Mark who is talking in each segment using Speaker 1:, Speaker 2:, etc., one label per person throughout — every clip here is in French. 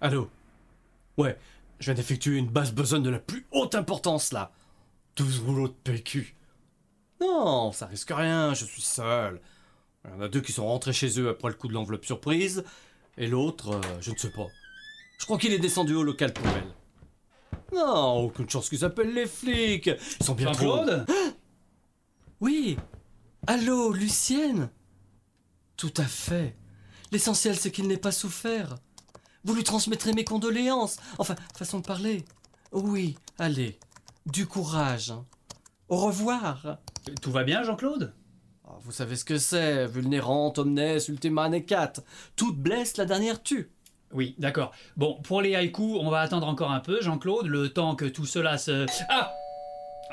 Speaker 1: Allô Ouais, je viens d'effectuer une basse besogne de la plus haute importance là 12 rouleaux de PQ. Non, ça risque rien, je suis seul. Il y en a deux qui sont rentrés chez eux après le coup de l'enveloppe surprise, et l'autre, euh, je ne sais pas. Je crois qu'il est descendu au local poubelle. Non, aucune chance qu'ils appellent les flics Ils sont bien trop...
Speaker 2: Jean-Claude
Speaker 1: Oui Allô, Lucienne Tout à fait. L'essentiel, c'est qu'il n'ait pas souffert. Vous lui transmettrez mes condoléances. Enfin, façon de parler. Oui, allez. Du courage. Au revoir.
Speaker 2: Tout va bien, Jean-Claude
Speaker 1: Ah, vous savez ce que c'est. Vulnérante, omnes, ultima necat. Toute blesse, la dernière tue.
Speaker 2: Oui, d'accord. Bon, pour les haïkus, on va attendre encore un peu, Jean-Claude, le temps que tout cela se... Ah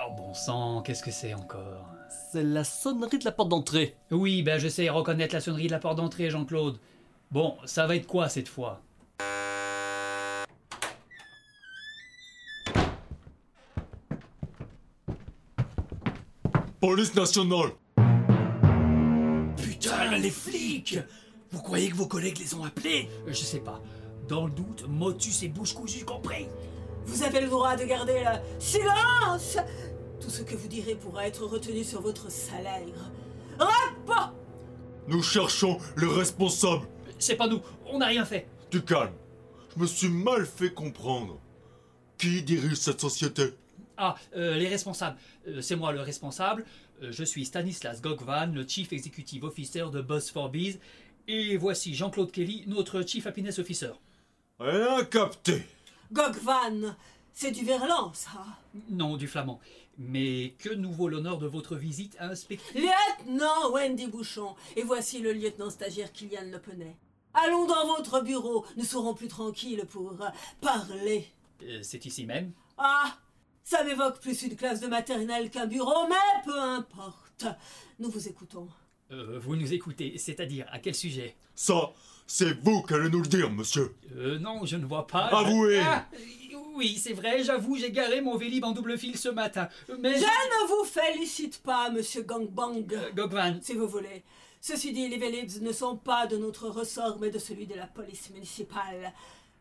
Speaker 2: Oh bon sang, qu'est-ce que c'est encore
Speaker 1: C'est la sonnerie de la porte d'entrée.
Speaker 2: Oui, ben je sais reconnaître la sonnerie de la porte d'entrée, Jean-Claude. Bon, ça va être quoi cette fois
Speaker 3: Police nationale
Speaker 1: Putain, les flics Vous croyez que vos collègues les ont appelés
Speaker 2: Euh, Je sais pas. Dans le doute, motus et bouche cousue compris.
Speaker 4: Vous avez le droit de garder le silence Tout ce que vous direz pourra être retenu sur votre salaire. Rapport
Speaker 3: Nous cherchons les responsables
Speaker 2: C'est pas nous, on n'a rien fait.
Speaker 3: Du calme Je me suis mal fait comprendre. Qui dirige cette société
Speaker 2: Ah, euh, les responsables. Euh, c'est moi le responsable. Euh, je suis Stanislas Gogvan, le Chief Executive Officer de Buzz for Bees. Et voici Jean-Claude Kelly, notre Chief Happiness Officer.
Speaker 3: Rien capté
Speaker 4: Gogvan, c'est du verlan, ça.
Speaker 2: Non, du flamand. Mais que nous vaut l'honneur de votre visite, inspecteur
Speaker 4: Lieutenant Wendy Bouchon, et voici le lieutenant stagiaire Kylian Le Penay. Allons dans votre bureau, nous serons plus tranquilles pour euh, parler.
Speaker 2: Euh, C'est ici même.
Speaker 4: Ah, ça m'évoque plus une classe de maternelle qu'un bureau, mais peu importe. Nous vous écoutons.
Speaker 2: Euh, vous nous écoutez, c'est-à-dire à quel sujet
Speaker 3: Ça, c'est vous qui allez nous le dire, monsieur
Speaker 2: Euh, non, je ne vois pas.
Speaker 3: Avouez.
Speaker 2: Ah, Oui, c'est vrai, j'avoue, j'ai garé mon vélib en double fil ce matin. Mais.
Speaker 4: Je ne vous félicite pas, monsieur Gangbang.
Speaker 2: Euh, Gogvan,
Speaker 4: si vous voulez. Ceci dit, les Vélibs ne sont pas de notre ressort, mais de celui de la police municipale.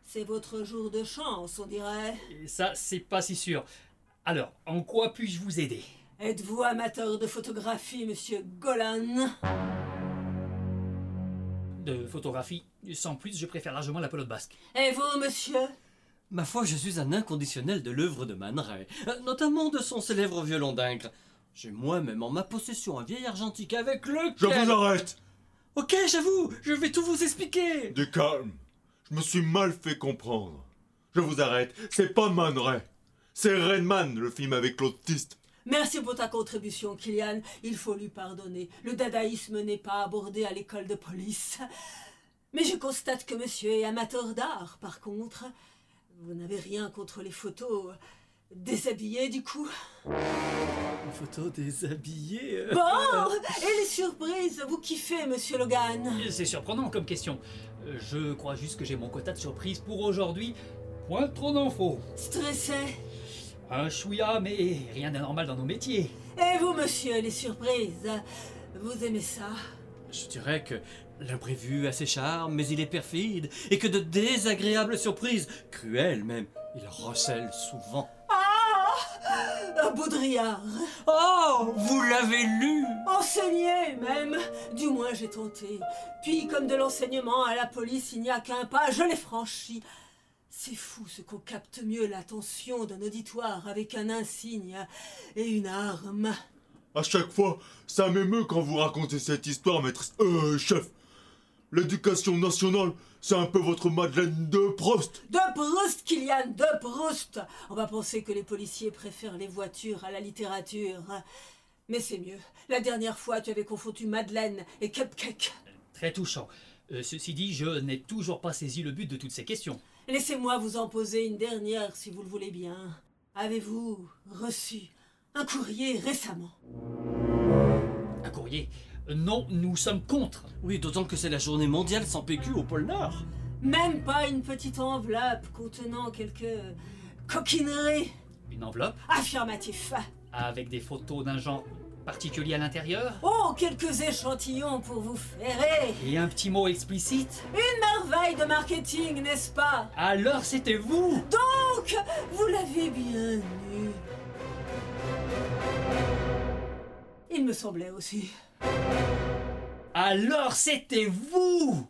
Speaker 4: C'est votre jour de chance, on dirait.
Speaker 2: ça, c'est pas si sûr. Alors, en quoi puis-je vous aider
Speaker 4: Êtes-vous amateur de photographie, monsieur Golan
Speaker 2: De photographie, sans plus, je préfère largement la pelote basque.
Speaker 4: Et vous, monsieur
Speaker 1: Ma foi, je suis un inconditionnel de l'œuvre de Man Ray, euh, notamment de son célèbre violon d'Ingres. J'ai moi-même en ma possession un vieil argentique avec lequel...
Speaker 3: Je vous arrête
Speaker 1: Ok, j'avoue, je vais tout vous expliquer
Speaker 3: Du calme Je me suis mal fait comprendre. Je vous arrête, c'est pas Man Ray. C'est Redman, le film avec Claude Tist.
Speaker 4: Merci pour ta contribution, Kylian. Il faut lui pardonner. Le dadaïsme n'est pas abordé à l'école de police. Mais je constate que monsieur est amateur d'art, par contre. Vous n'avez rien contre les photos déshabillées, du coup.
Speaker 1: Une photo déshabillée... euh.
Speaker 4: Bon Et les surprises Vous kiffez, monsieur Logan
Speaker 2: C'est surprenant comme question. Euh, Je crois juste que j'ai mon quota de surprise pour aujourd'hui. Point trop d'infos.
Speaker 4: Stressé
Speaker 2: Un chouïa, mais rien d'anormal dans nos métiers.
Speaker 4: Et vous, monsieur, les surprises Vous aimez ça
Speaker 1: Je dirais que l'imprévu a ses charmes, mais il est perfide, et que de désagréables surprises, cruelles même, il recèle souvent.
Speaker 4: Un Euh, Baudrillard
Speaker 1: Oh, vous l'avez lu
Speaker 4: Enseigner, même Du moins, j'ai tenté. Puis, comme de l'enseignement à la police, il n'y a qu'un pas, je l'ai franchi. C'est fou ce qu'on capte mieux l'attention d'un auditoire avec un insigne et une arme.
Speaker 3: À chaque fois, ça m'émeut quand vous racontez cette histoire, maître. Euh, chef L'éducation nationale, c'est un peu votre Madeleine de Prost
Speaker 4: De Proust, Kylian, de Proust On va penser que les policiers préfèrent les voitures à la littérature. Mais c'est mieux. La dernière fois, tu avais confondu Madeleine et Cupcake.
Speaker 2: Très touchant. Euh, ceci dit, je n'ai toujours pas saisi le but de toutes ces questions.
Speaker 4: Laissez-moi vous en poser une dernière, si vous le voulez bien. Avez-vous reçu un courrier récemment
Speaker 2: Un courrier Euh, Non, nous sommes contre.
Speaker 1: Oui, d'autant que c'est la journée mondiale sans PQ au pôle Nord.
Speaker 4: Même pas une petite enveloppe contenant quelques coquineries
Speaker 2: Une enveloppe
Speaker 4: affirmatifs.
Speaker 2: avec des photos d'un genre particulier à l'intérieur
Speaker 4: Oh, quelques échantillons pour vous ferrer
Speaker 2: Et un petit mot explicite
Speaker 4: Merveille de marketing, n'est-ce pas
Speaker 2: Alors c'était vous
Speaker 4: Donc, vous l'avez bien lu. Il me semblait aussi.
Speaker 2: Alors c'était vous